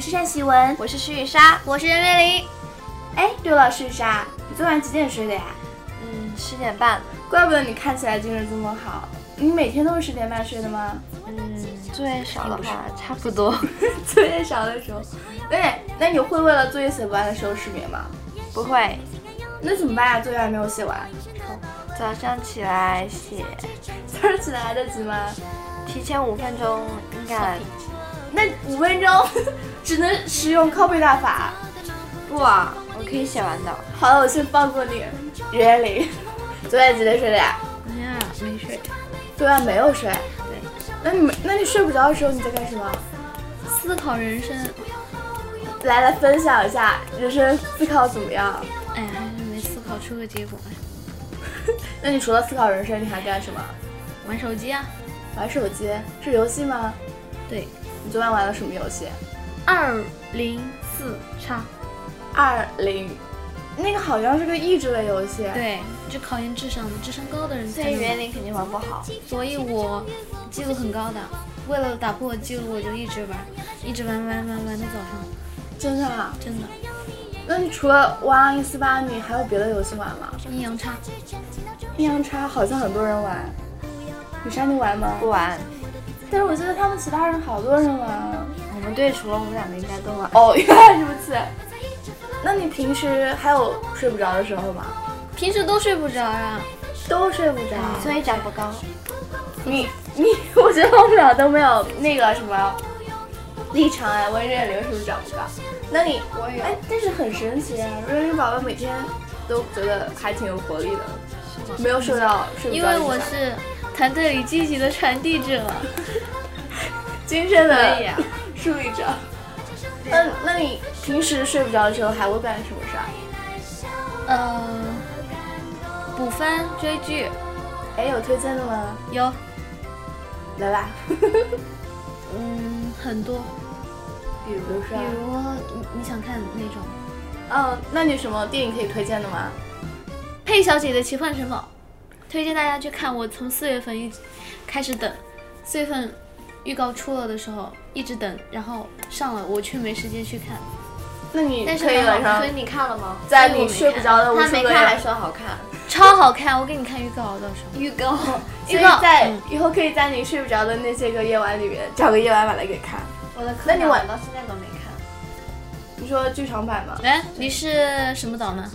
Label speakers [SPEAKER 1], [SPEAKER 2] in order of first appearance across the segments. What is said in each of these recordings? [SPEAKER 1] 是单喜文。
[SPEAKER 2] 我是徐雨莎，
[SPEAKER 3] 我是任瑞玲。
[SPEAKER 1] 哎，对了，徐雨莎，你昨晚几点睡的呀？
[SPEAKER 2] 嗯，十点半，
[SPEAKER 1] 怪不得你看起来精神这么好，你每天都是十点半睡的吗？
[SPEAKER 2] 嗯，作业少的话差不多，
[SPEAKER 1] 作业少的时候，对，那你会为了作业写不完的时候失眠吗？
[SPEAKER 2] 不会，
[SPEAKER 1] 那怎么办呀？作业还没有写完，
[SPEAKER 2] 早上起来写，
[SPEAKER 1] 早上起来来得及吗？
[SPEAKER 2] 提前五分钟应该来得及。
[SPEAKER 1] 那五分钟 只能使用 copy 大法。
[SPEAKER 2] 不啊，我可以写完的。
[SPEAKER 1] 好了，我先放过你，袁玲。昨晚几点睡的呀？
[SPEAKER 2] 哎呀，
[SPEAKER 1] 啊
[SPEAKER 2] 没睡。
[SPEAKER 1] 昨晚没有睡。
[SPEAKER 2] 对，
[SPEAKER 1] 那你没那你睡不着的时候你在干什么？
[SPEAKER 3] 思考人生，
[SPEAKER 1] 来来分享一下人生思考怎么样？
[SPEAKER 3] 哎呀，还是没思考出个结果呀。
[SPEAKER 1] 那你除了思考人生，你还干什么？
[SPEAKER 3] 玩手机啊，
[SPEAKER 1] 玩手机是游戏吗？
[SPEAKER 3] 对，
[SPEAKER 1] 你昨晚玩了什么游戏？
[SPEAKER 3] 二零四叉，
[SPEAKER 1] 二零，那个好像是个益智类游戏。，
[SPEAKER 3] 对，就考验智商的，智商高的人
[SPEAKER 2] 所
[SPEAKER 3] 才
[SPEAKER 2] 以
[SPEAKER 3] 能
[SPEAKER 2] 园林肯定玩不好。
[SPEAKER 3] 所以我记录很高的，为了打破记录，我就一直玩，一直玩玩玩玩到早上，
[SPEAKER 1] 真的啊？
[SPEAKER 3] 真的。
[SPEAKER 1] 那你除了玩一四八，你还有别的游戏玩吗？
[SPEAKER 3] 阴阳差，
[SPEAKER 1] 阴阳差好像很多人玩，你珊妮玩吗？
[SPEAKER 2] 不玩，
[SPEAKER 1] 但是我记得他们其他人好多人玩。啊
[SPEAKER 2] 我们队除了我们两个应该都玩。
[SPEAKER 1] 哦，原来如此。那你平时还有睡不着的时候吗？
[SPEAKER 3] 平时都睡不着啊。
[SPEAKER 1] 都睡不着。
[SPEAKER 2] 所以长不高，
[SPEAKER 1] 你你，我觉得我们俩都没有那个什么立场哎，我也认为是不是长不高？那你
[SPEAKER 2] 我有
[SPEAKER 1] 哎，但是很神奇啊，瑞瑞宝宝每天都觉得还挺有活力的，没有受到睡不
[SPEAKER 3] 因
[SPEAKER 1] 着的
[SPEAKER 3] 为
[SPEAKER 1] 影响
[SPEAKER 3] 我是团队里积极的传递者，
[SPEAKER 1] 精神的
[SPEAKER 3] 可以啊
[SPEAKER 1] 树立者。那那你平时睡不着的时候还会干什么事儿啊？
[SPEAKER 3] 呃，补番追剧
[SPEAKER 1] 哎，有推荐的吗？
[SPEAKER 3] 有，
[SPEAKER 1] 来吧，
[SPEAKER 3] 嗯，很多，
[SPEAKER 1] 比如
[SPEAKER 3] 比
[SPEAKER 1] 说，
[SPEAKER 3] 如你你想看那种
[SPEAKER 1] 嗯，那你什么电影可以推荐的吗？
[SPEAKER 3] 《佩小姐的奇幻城堡》，推荐大家去看。我从四月份一直开始等，四月份预告出了的时候一直等，然后上了，我却没时间去看。
[SPEAKER 1] 那你
[SPEAKER 3] 但是
[SPEAKER 1] 可以
[SPEAKER 3] 很好
[SPEAKER 1] 晚上
[SPEAKER 2] 所以你看了吗？
[SPEAKER 1] 在
[SPEAKER 3] 所以我
[SPEAKER 1] 你
[SPEAKER 3] 没
[SPEAKER 1] 睡不
[SPEAKER 3] 看
[SPEAKER 1] 着的无
[SPEAKER 2] 啊他
[SPEAKER 1] 数
[SPEAKER 2] 没
[SPEAKER 1] 个
[SPEAKER 2] 看还
[SPEAKER 1] 人
[SPEAKER 2] 说好看，
[SPEAKER 3] 超好看，我给你看预告，到时候。
[SPEAKER 2] 预告。
[SPEAKER 1] 所以
[SPEAKER 3] 预告
[SPEAKER 1] 在
[SPEAKER 3] 嗯
[SPEAKER 1] 以后可以在你睡不着的那些个夜晚里面找个夜晚把它给看。
[SPEAKER 2] 我的柯
[SPEAKER 1] 那你
[SPEAKER 2] 南
[SPEAKER 1] 晚
[SPEAKER 2] 我到现在都没看，
[SPEAKER 1] 你说剧场版吗？
[SPEAKER 3] 哎，你是什么岛呢？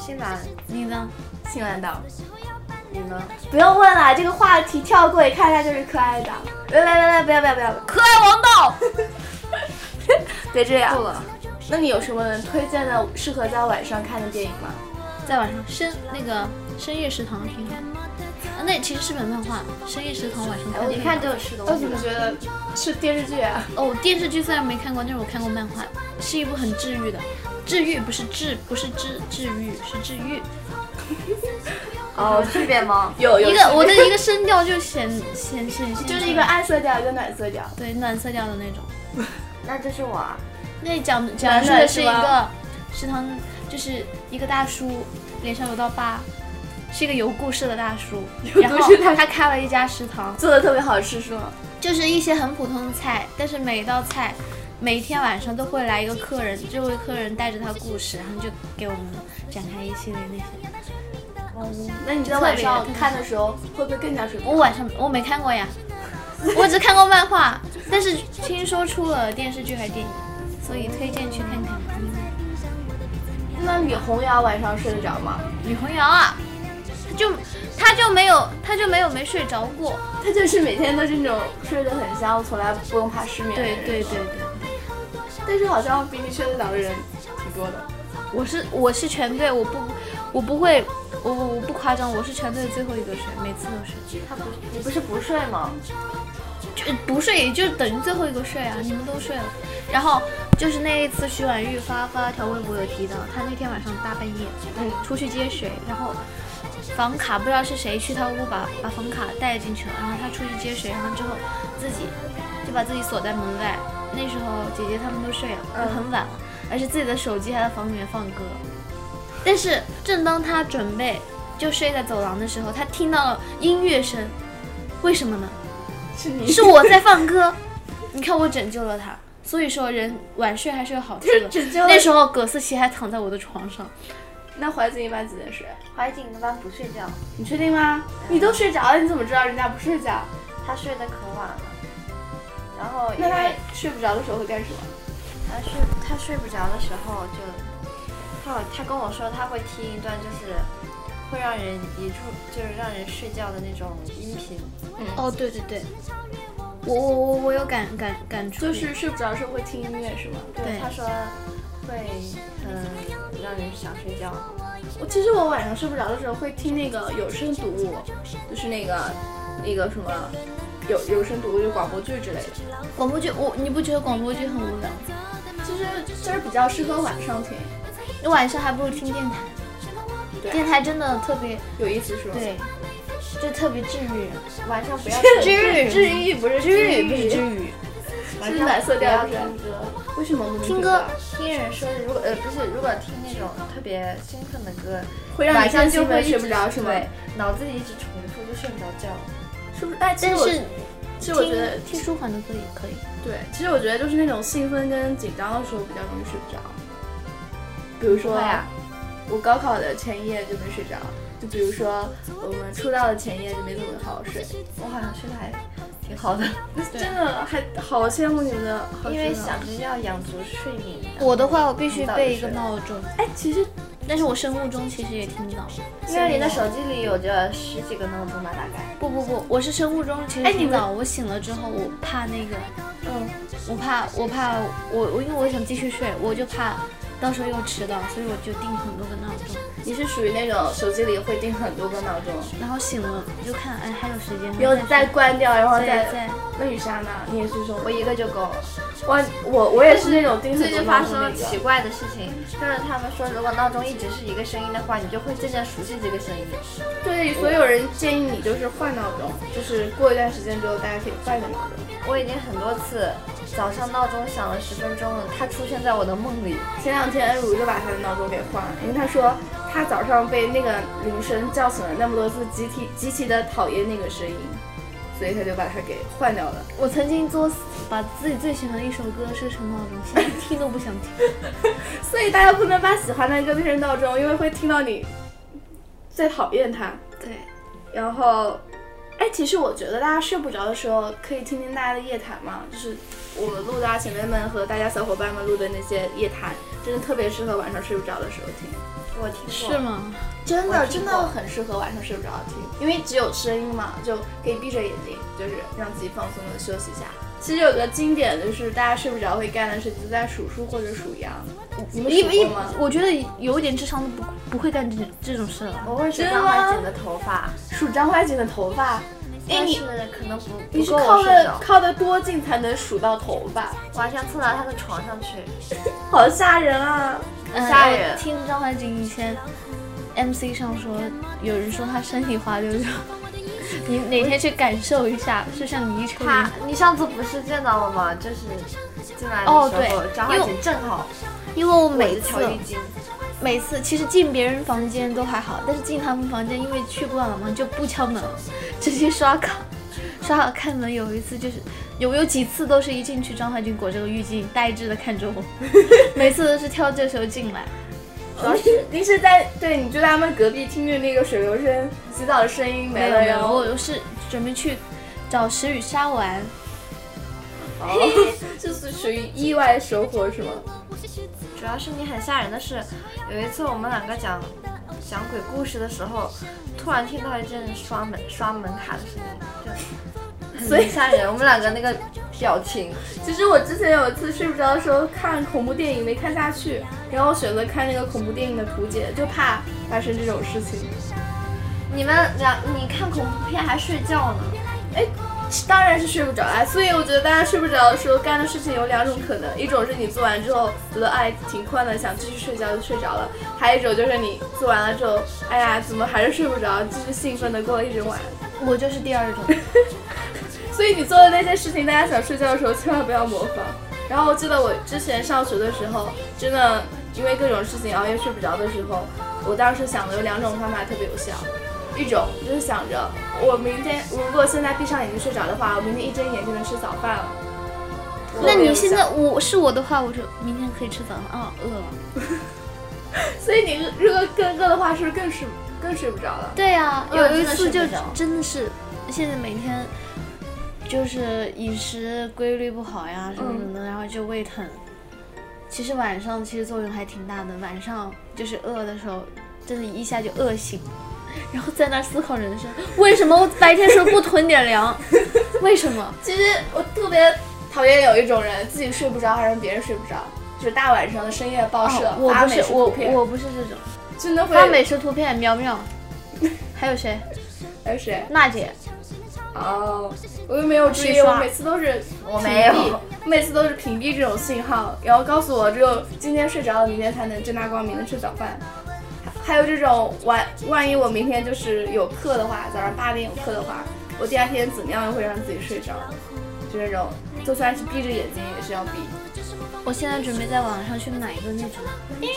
[SPEAKER 2] 新兰，
[SPEAKER 3] 你呢？
[SPEAKER 1] 新兰岛，
[SPEAKER 2] 你呢？
[SPEAKER 1] 不用问了，这个话题跳过，一看一下就是可爱岛。来来来来，不要不要不要，
[SPEAKER 3] 可爱王道。
[SPEAKER 1] 别这样
[SPEAKER 2] 够。了，
[SPEAKER 1] 那你有什么推荐的适合在晚上看的电影吗？
[SPEAKER 3] 在晚上深那个深夜食堂挺好。啊那其实是本漫画，深夜食堂晚上
[SPEAKER 2] 哎，
[SPEAKER 3] 看
[SPEAKER 2] 我
[SPEAKER 3] 电
[SPEAKER 2] 一
[SPEAKER 3] 影。
[SPEAKER 2] 看就有吃
[SPEAKER 1] 我
[SPEAKER 2] 东西
[SPEAKER 1] 怎么
[SPEAKER 2] 的。
[SPEAKER 1] 觉得是电视剧啊？
[SPEAKER 3] 哦，电视剧虽然没看过，但是我看过漫画，是一部很治愈的。治愈不是治，不是治治愈，是治愈。
[SPEAKER 2] 哦，有区别吗？
[SPEAKER 1] 有有
[SPEAKER 3] 一个我的一个声调就显显显 现，
[SPEAKER 1] 就是一个暗色调，一个暖色调。
[SPEAKER 3] 对暖色调的那种。
[SPEAKER 2] 那就是我啊。
[SPEAKER 3] 那讲讲
[SPEAKER 1] 暖
[SPEAKER 3] 述的
[SPEAKER 1] 暖
[SPEAKER 3] 是
[SPEAKER 1] 是
[SPEAKER 3] 一
[SPEAKER 1] 吧
[SPEAKER 3] 个食堂，就是一个大叔脸上有道疤，是一个有故事的大叔。然后
[SPEAKER 1] 故事大叔
[SPEAKER 3] 他开了一家食堂，
[SPEAKER 1] 做的特别好吃是吗？
[SPEAKER 3] 就是一些很普通的菜，但是每一道菜，每天晚上都会来一个客人，这位客人带着他故事，然后就给我们展开一系列那些。
[SPEAKER 1] 那你在
[SPEAKER 3] 特别
[SPEAKER 1] 晚上
[SPEAKER 3] 特别
[SPEAKER 1] 看的时候会不会更加睡不
[SPEAKER 3] 我晚上我没看过呀，我只看过漫画，但是听说出了电视剧还是电影，所以推荐去看看。
[SPEAKER 1] 着？那李红瑶晚上睡得着吗？
[SPEAKER 3] 李红瑶啊，他就他就没有他就没有没睡着过。
[SPEAKER 1] 她就是每天都是那种睡得很香，从来不用怕失眠的
[SPEAKER 3] 对
[SPEAKER 1] 人。
[SPEAKER 3] 对对对，
[SPEAKER 1] 但是好像比你睡得早的人挺多的。
[SPEAKER 3] 我是我是全队，我不我不会我我我不夸张，我是全队最后一个睡，每次都是。
[SPEAKER 2] 他不，你不是不睡吗？
[SPEAKER 3] 就不睡，也就等于最后一个睡啊，你们都睡了。然后就是那一次，徐婉玉发发条微博有提到，她那天晚上大半夜，
[SPEAKER 1] 嗯
[SPEAKER 3] 出去接水，然后房卡不知道是谁去她屋把把房卡带进去了，然后她出去接水，然后之后自己就把自己锁在门外。那时候姐姐她们都睡了，
[SPEAKER 1] 嗯
[SPEAKER 3] 很晚了，而且自己的手机还在房里面放歌。但是正当她准备就睡在走廊的时候，她听到了音乐声，为什么呢？
[SPEAKER 1] 是你
[SPEAKER 3] 是我在放歌，你看我拯救了他，所以说人晚睡还是有好处
[SPEAKER 1] 这
[SPEAKER 3] 的。
[SPEAKER 1] 只就
[SPEAKER 3] 那时候葛思琪还躺在我的床上，
[SPEAKER 1] 那怀子一般几点睡？
[SPEAKER 2] 怀瑾一般不睡觉，
[SPEAKER 1] 你确定吗？你都睡着了，你怎么知道人家不睡觉？
[SPEAKER 2] 他睡得可晚了。然后因
[SPEAKER 1] 那他
[SPEAKER 2] 为
[SPEAKER 1] 睡不着的时候会干什么？
[SPEAKER 2] 他睡他睡不着的时候就，他有他跟我说他会听一段就是会让人一触就是让人睡觉的那种音频，
[SPEAKER 3] 哦，对对对，我我我我有感感感触，
[SPEAKER 1] 就是睡不着的时候会听音乐是吗？
[SPEAKER 3] 对
[SPEAKER 2] 他说会嗯让人想睡觉。
[SPEAKER 1] 我其实我晚上睡不着的时候会听那个有声读物，就是那个那个什么有有声读物，就广播剧之类的。
[SPEAKER 3] 广播剧，我你不觉得广播剧很无聊？
[SPEAKER 1] 其实就是比较适合晚上听，
[SPEAKER 3] 你晚上还不如听电台，
[SPEAKER 1] 对
[SPEAKER 3] 电台真的特别
[SPEAKER 1] 有意思是吗？
[SPEAKER 3] 对，就特别治愈人。
[SPEAKER 2] 晚上不要
[SPEAKER 3] 治愈
[SPEAKER 1] 治愈不是
[SPEAKER 3] 治
[SPEAKER 1] 愈，
[SPEAKER 3] 愈不是治愈，
[SPEAKER 1] 是
[SPEAKER 2] 晚上
[SPEAKER 1] 蓝色
[SPEAKER 2] 不要
[SPEAKER 1] 调的。
[SPEAKER 2] 听歌。
[SPEAKER 1] 为什么不能
[SPEAKER 3] 听歌
[SPEAKER 2] 听人说，如果呃不是，如果听那种特别兴奋的歌，
[SPEAKER 1] 会让你
[SPEAKER 2] 晚上
[SPEAKER 1] 更
[SPEAKER 2] 就
[SPEAKER 1] 兴
[SPEAKER 2] 会
[SPEAKER 1] 奋，
[SPEAKER 2] 一直
[SPEAKER 1] 睡不着是吗？
[SPEAKER 2] 对，脑子里一直重复就睡不着觉。
[SPEAKER 1] 是不是？哎，其
[SPEAKER 3] 但
[SPEAKER 1] 实我
[SPEAKER 3] 是
[SPEAKER 1] 哎其实我觉得
[SPEAKER 3] 听听舒缓的歌也可以。
[SPEAKER 1] 对，其实我觉得就是那种兴奋跟紧张的时候比较容易睡不着。比如说
[SPEAKER 2] 不会啊
[SPEAKER 1] 我高考的前一夜就没睡着，就比如说我们出道的前一夜就没怎么好好睡，
[SPEAKER 2] 我好像睡得还挺好的，
[SPEAKER 1] 真的还好羡慕你们的好 啊
[SPEAKER 2] 因
[SPEAKER 1] 睡
[SPEAKER 2] 为
[SPEAKER 1] 法
[SPEAKER 2] 想着要养足睡眠。
[SPEAKER 3] 我的话，我必须
[SPEAKER 2] 须
[SPEAKER 3] 备
[SPEAKER 2] 备
[SPEAKER 3] 一
[SPEAKER 2] 一
[SPEAKER 3] 个
[SPEAKER 2] 个
[SPEAKER 3] 闹钟，
[SPEAKER 1] 哎，其实
[SPEAKER 3] 但是我生物钟其实也听不到。
[SPEAKER 2] 因为你的手机里有着十几个闹钟吧，大概。
[SPEAKER 3] 不不不，我是生物钟其实
[SPEAKER 1] 哎你
[SPEAKER 3] 挺
[SPEAKER 1] 们
[SPEAKER 3] 早，我醒了之后我怕那个，
[SPEAKER 1] 嗯，
[SPEAKER 3] 我怕我怕我我因为我想继续睡，我就怕到时候又迟到，所以我就定很多个闹钟，
[SPEAKER 1] 你是属于那种手机里会定很多个闹钟，
[SPEAKER 3] 然后醒了就看哎还有时间，
[SPEAKER 1] 然后再关掉，然后
[SPEAKER 3] 再
[SPEAKER 1] 再
[SPEAKER 3] 再
[SPEAKER 1] 那雨莎呢？你也是这种
[SPEAKER 2] 我一个就够了。
[SPEAKER 1] 我我我也是那种定很
[SPEAKER 2] 最
[SPEAKER 1] 多
[SPEAKER 2] 近
[SPEAKER 1] 闹
[SPEAKER 2] 发
[SPEAKER 1] 钟
[SPEAKER 2] 生
[SPEAKER 1] 的
[SPEAKER 2] 了
[SPEAKER 1] 那
[SPEAKER 2] 奇
[SPEAKER 1] 个。
[SPEAKER 2] 怪的事情，就是他们说，如果闹钟一直是一个声音的话，你就会渐渐熟悉这个声音。
[SPEAKER 1] 对，所有人建议你就是换闹钟，就是过一段时间之后大家可以换一个闹钟。
[SPEAKER 2] 我已经很多次早上闹钟响了十分钟了，它出现在我的梦里。
[SPEAKER 1] 前两天恩如就把她的闹钟给换了，因为她说她早上被那个铃声叫醒了那么多次，集体极其的讨厌那个声音，所以她就把它给换掉了。
[SPEAKER 3] 我曾经作死，把自己最喜欢的一首歌设成闹钟，现在 听都不想听。
[SPEAKER 1] 所以大家不能把喜欢的歌变成闹钟，因为会听到你最讨厌它。
[SPEAKER 3] 对，
[SPEAKER 1] 然后，哎，其实我觉得大家睡不着的时候，可以听听大家的夜谈嘛，就是我录到前辈们和大家小伙伴们录的那些夜谈，真的特别适合晚上睡不着的时候听。
[SPEAKER 2] 我听过。
[SPEAKER 3] 是吗？
[SPEAKER 1] 真的
[SPEAKER 2] 我
[SPEAKER 1] 真
[SPEAKER 2] 听过
[SPEAKER 1] 的很适合晚上睡不着听，因为只有声音嘛，就可以闭着眼睛，就是让自己放松的休息一下。其实有个经典就是大家睡不着会干的事，就在数数或者数羊。你们
[SPEAKER 3] 一
[SPEAKER 1] 数
[SPEAKER 3] 一
[SPEAKER 1] 过吗？，
[SPEAKER 3] 我觉得有点智商的不不会干这这种事了。
[SPEAKER 2] 我会数张怀瑾的头发，
[SPEAKER 1] 数张怀瑾的头发。哎，
[SPEAKER 2] 但
[SPEAKER 1] 你
[SPEAKER 2] 是可能不
[SPEAKER 1] 你
[SPEAKER 2] 不
[SPEAKER 1] 是
[SPEAKER 2] 够
[SPEAKER 1] 靠
[SPEAKER 2] 我睡
[SPEAKER 1] 的
[SPEAKER 2] 着。
[SPEAKER 1] 靠的多近才能数到头发？
[SPEAKER 2] 晚上蹭到他的床上去，
[SPEAKER 1] 好吓人 啊！
[SPEAKER 3] 嗯
[SPEAKER 2] 吓人
[SPEAKER 3] 我听张怀瑾以前 MC 上说，有人说她身体滑溜溜， 你哪天去感受一下，就像泥鳅
[SPEAKER 2] 他
[SPEAKER 3] 一样。
[SPEAKER 2] 你上次不是见到我吗？就是进来的时候，
[SPEAKER 3] 哦对
[SPEAKER 2] 张
[SPEAKER 3] 因
[SPEAKER 2] 怀
[SPEAKER 3] 为
[SPEAKER 2] 瑾正好
[SPEAKER 3] 因为我
[SPEAKER 2] 我
[SPEAKER 3] 每
[SPEAKER 2] 就
[SPEAKER 3] 次
[SPEAKER 2] 调一斤，
[SPEAKER 3] 每次其实进别人房间都还好，但是进他们房间，因为去惯了嘛，就不敲门了， 直接刷卡， 刷卡开门。有一次就是有有几次都是一进去，张怀瑾裹着个浴巾，呆滞的看着 我，每次都是挑这时候进来。
[SPEAKER 1] 你是在对，你就在他们隔壁听着那个水流声、洗澡的声音没
[SPEAKER 3] 没有
[SPEAKER 1] 了，
[SPEAKER 3] 没
[SPEAKER 1] 然
[SPEAKER 3] 有，
[SPEAKER 1] 后
[SPEAKER 3] 我我是准备去找石雨莎玩，
[SPEAKER 1] 哦， 就是属于意外收获是吗？
[SPEAKER 2] 主要是你很吓人的是，有一次我们两个讲讲鬼故事的时候，突然听到一阵刷门刷门卡的声音，就
[SPEAKER 1] 所以
[SPEAKER 2] 很吓人。我们两个那个表情，
[SPEAKER 1] 其实我之前有一次睡不着的时候看恐怖电影没看下去，然后选择看那个恐怖电影的图解，就怕发生这种事情。
[SPEAKER 2] 你们俩你看恐怖片还睡觉呢？
[SPEAKER 1] 当然是睡不着啊，所以我觉得大家睡不着的时候干的事情有两种可能，一种是你做完之后觉得哎挺困的，想继续睡觉就睡着了，还有一种就是你做完了之后，哎呀怎么还是睡不着，继续兴奋的过了一整晚。
[SPEAKER 3] 我就是第二种。
[SPEAKER 1] 所以你做的那些事情，大家想睡觉的时候千万不要模仿。然后我记得我之前上学的时候，真的因为各种事情熬夜睡不着的时候，我当时想的有两种方法特别有效，一种就是想着我明天如果现在闭上眼睛睡着的话，我明天一睁眼就能吃早饭了。
[SPEAKER 3] 那
[SPEAKER 1] 没
[SPEAKER 3] 你
[SPEAKER 1] 有
[SPEAKER 3] 现
[SPEAKER 1] 想
[SPEAKER 3] 在我是我的话，我说明天可以吃早饭啊、饿了。
[SPEAKER 1] 所以你如果更饿的话，是不是更睡更睡不着了？
[SPEAKER 3] 对呀、
[SPEAKER 2] 饿了
[SPEAKER 3] 有一
[SPEAKER 2] 真的
[SPEAKER 3] 次
[SPEAKER 2] 睡
[SPEAKER 3] 就
[SPEAKER 2] 不着
[SPEAKER 3] 真的是，现在每天就是饮食规律不好呀什么什么的，然后就胃疼。其实晚上其实作用还挺大的，晚上就是饿的时候，真的一下就饿醒， 然后在那儿思考人生，为什么我白天时候不囤点粮？ 为什么？
[SPEAKER 1] 其实我特别讨厌有一种人，自己睡不着还让别人睡不着，就是大晚上的深夜报社、
[SPEAKER 3] 哦我
[SPEAKER 1] 发
[SPEAKER 3] 不
[SPEAKER 1] 美
[SPEAKER 3] 是
[SPEAKER 1] 食
[SPEAKER 3] 我
[SPEAKER 1] 图片，
[SPEAKER 3] 我不是这种
[SPEAKER 1] 真的会
[SPEAKER 3] 发美食图片，苗苗， 还有谁？
[SPEAKER 1] 还有哎谁？
[SPEAKER 3] 娜姐，
[SPEAKER 1] 哦，我又没有注意，
[SPEAKER 3] 去
[SPEAKER 1] 我
[SPEAKER 3] 刷
[SPEAKER 1] 每次都是
[SPEAKER 2] 我
[SPEAKER 1] 屏蔽
[SPEAKER 2] 没有，
[SPEAKER 1] 每次都是屏蔽这种信号，然后告诉我只有今天睡着了，明天才能正大光明的吃早饭。还还有这种万万一我明天就是有课的话，早上八点有课的话，我第二天怎么样会让自己睡着？就那种，就算是闭着眼睛也是要闭。
[SPEAKER 3] 我现在准备在网上去买一个那种，诶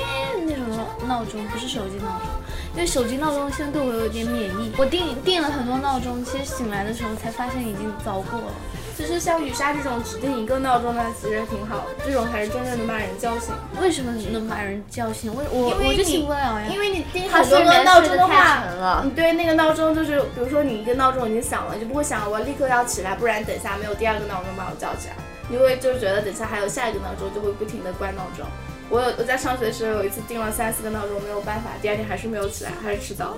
[SPEAKER 3] 那种闹钟，不是手机闹钟，因为手机闹钟现在对我有点免疫。我定定了很多闹钟，其实醒来的时候才发现已经早过了。
[SPEAKER 1] 其实像雨莎这种指定一个闹钟的，其实挺好，这种才是真正能把人叫醒。
[SPEAKER 3] 为什么能把人叫醒？我我
[SPEAKER 1] 因为
[SPEAKER 3] 我就
[SPEAKER 1] 你
[SPEAKER 3] 醒不了呀。
[SPEAKER 1] 因为你定
[SPEAKER 2] 他
[SPEAKER 1] 很多
[SPEAKER 2] 睡
[SPEAKER 1] 个
[SPEAKER 2] 眠
[SPEAKER 1] 闹
[SPEAKER 2] 睡
[SPEAKER 1] 钟
[SPEAKER 2] 得
[SPEAKER 1] 的话
[SPEAKER 2] 太，沉了
[SPEAKER 1] 你。嗯对那个闹钟就是，比如说你一个闹钟已经响了，你就不会想我立刻要起来，不然等一下没有第二个闹钟把我叫起来，你会就觉得等一下还有下一个闹钟，就会不停的关闹钟。我有我在上学的时候有一次定了三四个闹钟，没有办法，第二天还是没有起来，还是迟到。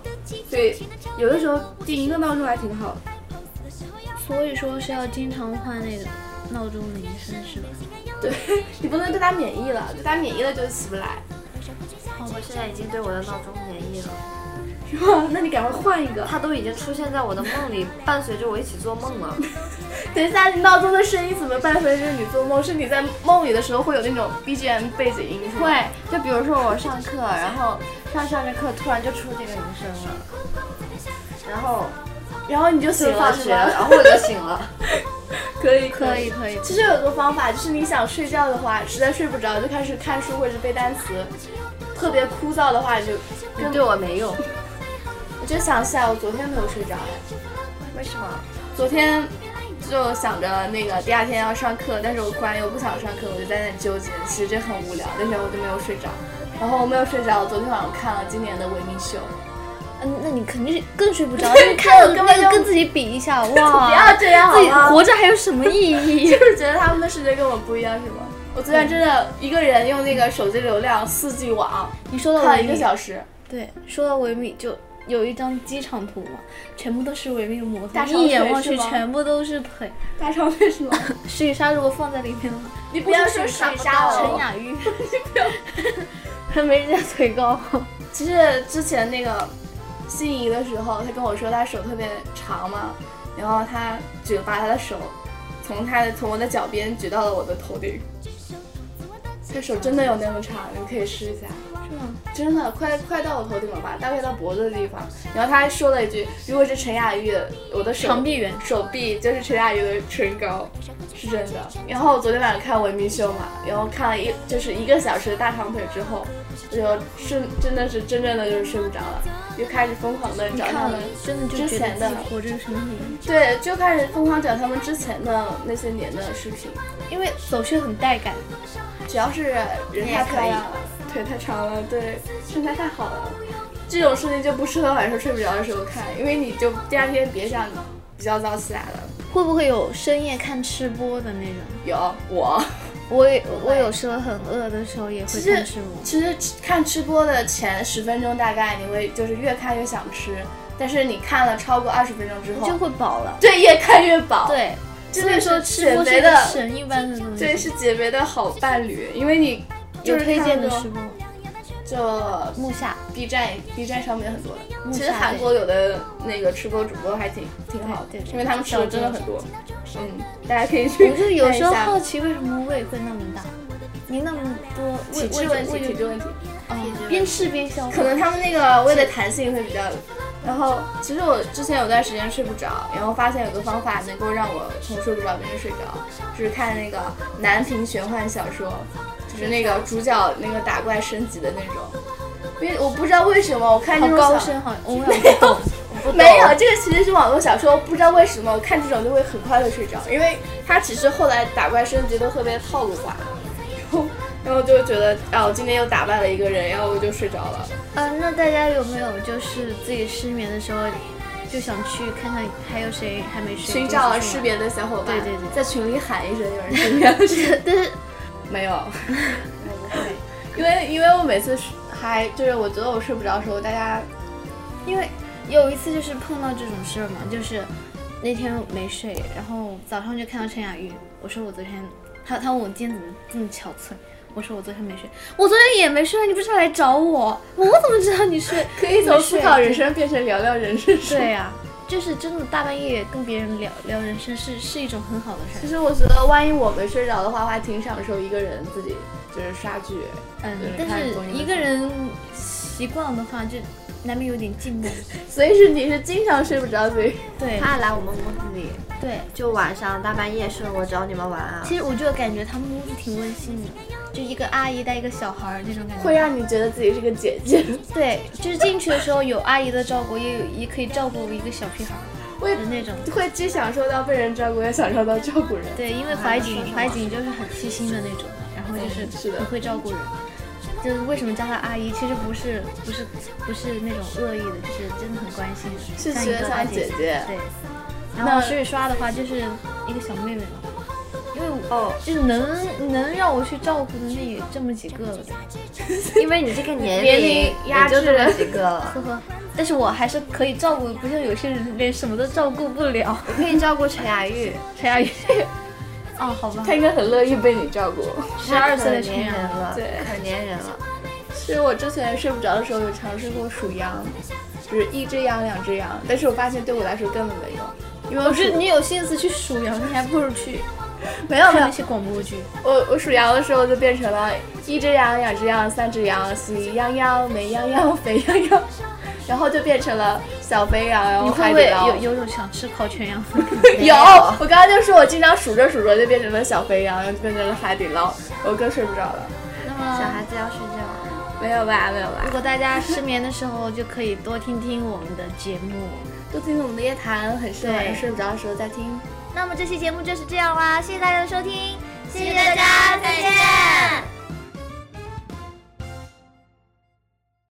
[SPEAKER 1] 所以有的时候定一个闹钟还挺好的。
[SPEAKER 3] 所以说是要经常换那个闹钟铃声是吧？
[SPEAKER 1] 对 你不能对它免疫了，对它免疫了就起不来，
[SPEAKER 3] 哦
[SPEAKER 2] 我现在已经对我的闹钟免疫了，
[SPEAKER 1] 是吧？ 那你赶快换一个。
[SPEAKER 2] 它都已经出现在我的梦里，伴随着我一起做梦 了。
[SPEAKER 1] 等一下，你闹钟的声音怎么伴随着你做梦？是你在梦里的时候会有那种 BGM 背景音是吗？
[SPEAKER 2] 会，就比如说我上课，然后上上着课，突然就出这个铃声了，然后
[SPEAKER 1] 然后你就醒
[SPEAKER 2] 就放
[SPEAKER 1] 了是
[SPEAKER 2] 学
[SPEAKER 1] 吧
[SPEAKER 2] 了，？然后我就醒了。
[SPEAKER 1] 可以
[SPEAKER 3] 可以。可以，
[SPEAKER 1] 其实有个方法，就是你想睡觉的话，实在睡不着，就开始看书或者背单词。特别枯燥的话，你就
[SPEAKER 2] 你对我没用，
[SPEAKER 1] 我就想起来，我昨天没有睡着哎，
[SPEAKER 2] 为什么？
[SPEAKER 1] 昨天就想着那个第二天要上课，但是我突然又不想上课，我就在那里纠结。其实这很无聊，那天我就没有睡着。然后我没有睡着，我昨天晚上看了今年的维密秀，
[SPEAKER 3] 嗯，那你肯定是更睡不 着。你看了
[SPEAKER 1] 根
[SPEAKER 3] 那
[SPEAKER 1] 本
[SPEAKER 3] 个
[SPEAKER 1] 就
[SPEAKER 3] 跟自己比一下，
[SPEAKER 1] 不要
[SPEAKER 3] 哇，
[SPEAKER 1] 这样好
[SPEAKER 3] 自己
[SPEAKER 1] 吗？
[SPEAKER 3] 活着还有什么意 义？
[SPEAKER 1] 就是觉得他们的世界跟我不一样，是吗？我昨天真的一个人用那个手机流量四 G 网
[SPEAKER 3] 你说到
[SPEAKER 1] 看了
[SPEAKER 3] 我
[SPEAKER 1] 一个小时，
[SPEAKER 3] 对，说到维密，就有一张机场图嘛，全部都是维密的模特，
[SPEAKER 1] 大长
[SPEAKER 3] 一眼
[SPEAKER 1] 腿
[SPEAKER 3] 望
[SPEAKER 1] 是
[SPEAKER 3] 去
[SPEAKER 1] 吗
[SPEAKER 3] 全部都是腿。
[SPEAKER 1] 大长腿是吗？
[SPEAKER 3] 石雨莎如果放在里面的话，
[SPEAKER 1] 你不要说水
[SPEAKER 2] 水
[SPEAKER 1] 沙
[SPEAKER 2] 沙
[SPEAKER 1] 了
[SPEAKER 2] 了
[SPEAKER 3] 陈
[SPEAKER 2] 哦。
[SPEAKER 3] 雅玉， 还没人家腿高。
[SPEAKER 1] 其实之前那个心仪的时候，他跟我说他手特别长嘛，然后他举把他的手从他的从我的脚边举到了我的头顶。他手真的有那么长，你可以试一下，
[SPEAKER 3] 是吗？
[SPEAKER 1] 真的快快到我头顶了吧，大概到脖子的地方。然后他还说了一句：“如果是陈雅玉，我的手
[SPEAKER 3] 长臂猿，
[SPEAKER 1] 手臂就是陈雅瑜的唇膏，是真的。然后我昨天晚上看维密秀嘛，然后看了一就是一个小时的大长腿之后，我就是真的是真正的就是睡不着了，又开始疯狂的
[SPEAKER 3] 你
[SPEAKER 1] 找他
[SPEAKER 3] 看
[SPEAKER 1] 们
[SPEAKER 3] 了，真的就
[SPEAKER 1] 之
[SPEAKER 3] 觉得
[SPEAKER 1] 前
[SPEAKER 3] 自
[SPEAKER 1] 的
[SPEAKER 3] 己活着有什么意义？
[SPEAKER 1] 对，就开始疯狂找他们之前的那些年的视频，
[SPEAKER 3] 因为走秀很带感，
[SPEAKER 1] 只要是人太漂亮了，腿太长了，对，身材太好了，这种事情就不适合晚上睡不着的时候看，因为你就第二天别想比较早起来了。
[SPEAKER 3] 会不会有深夜看吃播的那种？
[SPEAKER 1] 有我。
[SPEAKER 3] 我也我有时候很饿的时候也会
[SPEAKER 1] 其实
[SPEAKER 3] 看吃播。
[SPEAKER 1] 其实看吃播的前十分钟，大概你会就是越看越想吃，但是你看了超过二十分钟之
[SPEAKER 3] 就
[SPEAKER 1] 后，
[SPEAKER 3] 会饱了，
[SPEAKER 1] 对，越看越饱。，
[SPEAKER 3] 对，
[SPEAKER 1] 真
[SPEAKER 3] 所以
[SPEAKER 1] 的
[SPEAKER 3] 说
[SPEAKER 1] 是
[SPEAKER 3] 吃
[SPEAKER 1] 减
[SPEAKER 3] 播
[SPEAKER 1] 肥
[SPEAKER 3] 哦是个
[SPEAKER 1] 的，
[SPEAKER 3] 神一般的东 西。
[SPEAKER 1] 对，是减肥的好伴侣，因为你就
[SPEAKER 3] 有
[SPEAKER 1] 是
[SPEAKER 3] 推
[SPEAKER 1] 看
[SPEAKER 3] 荐
[SPEAKER 1] 那
[SPEAKER 3] 的
[SPEAKER 1] 种
[SPEAKER 3] 吃播，
[SPEAKER 1] 就
[SPEAKER 3] 木下
[SPEAKER 1] B 站 B 站上面很多的。
[SPEAKER 3] 木
[SPEAKER 1] 其
[SPEAKER 3] 下
[SPEAKER 1] 实韩国有的那个吃播主播还挺挺好的
[SPEAKER 3] 对对，对
[SPEAKER 1] 因为他们吃的真的很多。嗯，大家可以去
[SPEAKER 3] 我就有
[SPEAKER 1] 看一
[SPEAKER 3] 时候
[SPEAKER 1] 下
[SPEAKER 3] 好奇为什么胃会那么大，你那么多
[SPEAKER 1] 体
[SPEAKER 3] 胃
[SPEAKER 1] 质
[SPEAKER 3] 胃
[SPEAKER 1] 问题，
[SPEAKER 3] 胃
[SPEAKER 1] 体质问题。
[SPEAKER 3] 嗯，边吃边消化
[SPEAKER 1] 可。能他们那个胃的弹性会比较。然后，其实我之前有段时间睡不着，然后发现有个方法能够让我从睡不着变成睡着，就是看那个南屏玄幻小说，就是那个主角那个打怪升级的那种。因为我不知道为什么，我看
[SPEAKER 3] 好
[SPEAKER 1] 那种
[SPEAKER 3] 高
[SPEAKER 1] 小
[SPEAKER 3] 深，好，我也不懂，
[SPEAKER 2] 不懂
[SPEAKER 1] 没有，这个其实是网络小说，不知道为什么我看这种就会很快的睡着，因为它其实后来打怪升级都特别套路化，然后然后就觉得啊，我今天又打败了一个人，然后我就睡着了。
[SPEAKER 3] 呃，那大家有没有就是自己失眠的时候，就想去看看还有谁还没睡？
[SPEAKER 1] 寻找
[SPEAKER 3] 就是
[SPEAKER 1] 失眠的小伙伴，
[SPEAKER 3] 对对对
[SPEAKER 1] 在群里喊一声有人失眠了是吗
[SPEAKER 3] 但是
[SPEAKER 1] 没 有，因为因为我每次睡还就是我觉得我睡不着的时候，大家
[SPEAKER 3] 因为有一次就是碰到这种事儿嘛，就是那天没睡，然后早上就看到陈雅玉，我说我昨天，他他问我今天怎么这么憔悴，我说我昨天没睡，我昨天也没睡，啊你不是要来找我， 我怎么知道你睡？
[SPEAKER 1] 可以从思考人生变成聊聊人生。
[SPEAKER 3] 对呀、就是真的大半夜跟别人聊聊人生是是一种很好的事
[SPEAKER 1] 其
[SPEAKER 3] 儿，
[SPEAKER 1] 实我觉得，万一我们睡着的话，我还挺享受一个人自己就是刷剧。
[SPEAKER 3] 嗯
[SPEAKER 1] 对，
[SPEAKER 3] 但
[SPEAKER 1] 看
[SPEAKER 3] 是
[SPEAKER 1] 综艺的
[SPEAKER 3] 一个人习惯的话就难免有点寂 寞，
[SPEAKER 1] 所以是你是经常睡不着，所以
[SPEAKER 3] 对
[SPEAKER 2] 他来我们屋子里，
[SPEAKER 3] 对。
[SPEAKER 2] 就晚上大半夜说我找你们玩啊。
[SPEAKER 3] 其实我就感觉他们屋子挺温馨的，就一个阿姨带一个小孩儿那种感觉，
[SPEAKER 1] 会让你觉得自己是个姐姐。
[SPEAKER 3] 对，就是进去的时候有阿姨的照顾，也有也可以照顾一个小屁孩儿
[SPEAKER 1] 会
[SPEAKER 3] 的那种。
[SPEAKER 1] 会既享受到被人照顾，也享受到照顾人。
[SPEAKER 3] 对，因为怀瑾怀瑾就是很细心的那种，然后就是
[SPEAKER 1] 嗯是的
[SPEAKER 3] 很会照顾人。就是为什么叫她阿姨，其实不是不是不是那种恶意的，就是真的很关心的，
[SPEAKER 1] 是
[SPEAKER 3] 像一
[SPEAKER 1] 觉得
[SPEAKER 3] 个大
[SPEAKER 1] 像姐
[SPEAKER 3] 姐。
[SPEAKER 1] 姐。
[SPEAKER 3] 对，
[SPEAKER 1] 那
[SPEAKER 3] 然后水水刷的话就是一个小妹妹嘛，因为我
[SPEAKER 2] 哦，
[SPEAKER 3] 就是能能让我去照顾的那也这么几个了，
[SPEAKER 2] 因为你这个年
[SPEAKER 1] 年
[SPEAKER 2] 龄
[SPEAKER 1] 龄压
[SPEAKER 2] 也就
[SPEAKER 1] 制
[SPEAKER 2] 这
[SPEAKER 1] 了
[SPEAKER 2] 么几个了，
[SPEAKER 3] 呵呵。但是我还是可以照顾的，不像有些人连什么都照顾不了。
[SPEAKER 2] 我可以照顾陈雅 玉，
[SPEAKER 3] 陈 雅玉。哦，好吧
[SPEAKER 1] 她。应该很乐意被你照顾。
[SPEAKER 3] 十二岁
[SPEAKER 2] 可
[SPEAKER 3] 的
[SPEAKER 2] 怜
[SPEAKER 3] 陈雅
[SPEAKER 2] 人
[SPEAKER 3] 玉，
[SPEAKER 2] 了，
[SPEAKER 1] 对
[SPEAKER 2] 可怜人 了。
[SPEAKER 1] 是我之前睡不着的时候有尝试过数羊，就是一只羊、两只羊，但是我发现对我来说根本没用，因为
[SPEAKER 3] 我
[SPEAKER 1] 我
[SPEAKER 3] 觉
[SPEAKER 1] 数
[SPEAKER 3] 得你有心思去数羊，你还不如去
[SPEAKER 1] 没有没
[SPEAKER 3] 看
[SPEAKER 1] 有
[SPEAKER 3] 那，些广播剧。
[SPEAKER 1] 我我数羊的时候就变成了一只羊、两只羊、三只羊、喜羊羊、美羊羊、肥羊羊，然后就变成了小肥羊，然
[SPEAKER 3] 你
[SPEAKER 1] 后
[SPEAKER 3] 会
[SPEAKER 1] 海
[SPEAKER 3] 不
[SPEAKER 1] 底
[SPEAKER 3] 会
[SPEAKER 1] 捞。
[SPEAKER 3] 有有种想吃烤全羊？
[SPEAKER 1] 有，我刚刚就说我经常数着数着就变成了小肥羊，然后就变成了海底捞，我更睡不着了。
[SPEAKER 3] 那
[SPEAKER 2] 小
[SPEAKER 3] 么，
[SPEAKER 2] 孩子要睡觉，
[SPEAKER 1] 没有吧，没有
[SPEAKER 3] 如
[SPEAKER 1] 吧，
[SPEAKER 3] 果大家失眠的时候，就可以多听听我们的节目。
[SPEAKER 1] 多听我们的夜谈，很适合晚上睡不着的时候再听。
[SPEAKER 3] 那么这期节目就是这样啦，谢谢大家的收听，谢
[SPEAKER 4] 谢谢大家，再见。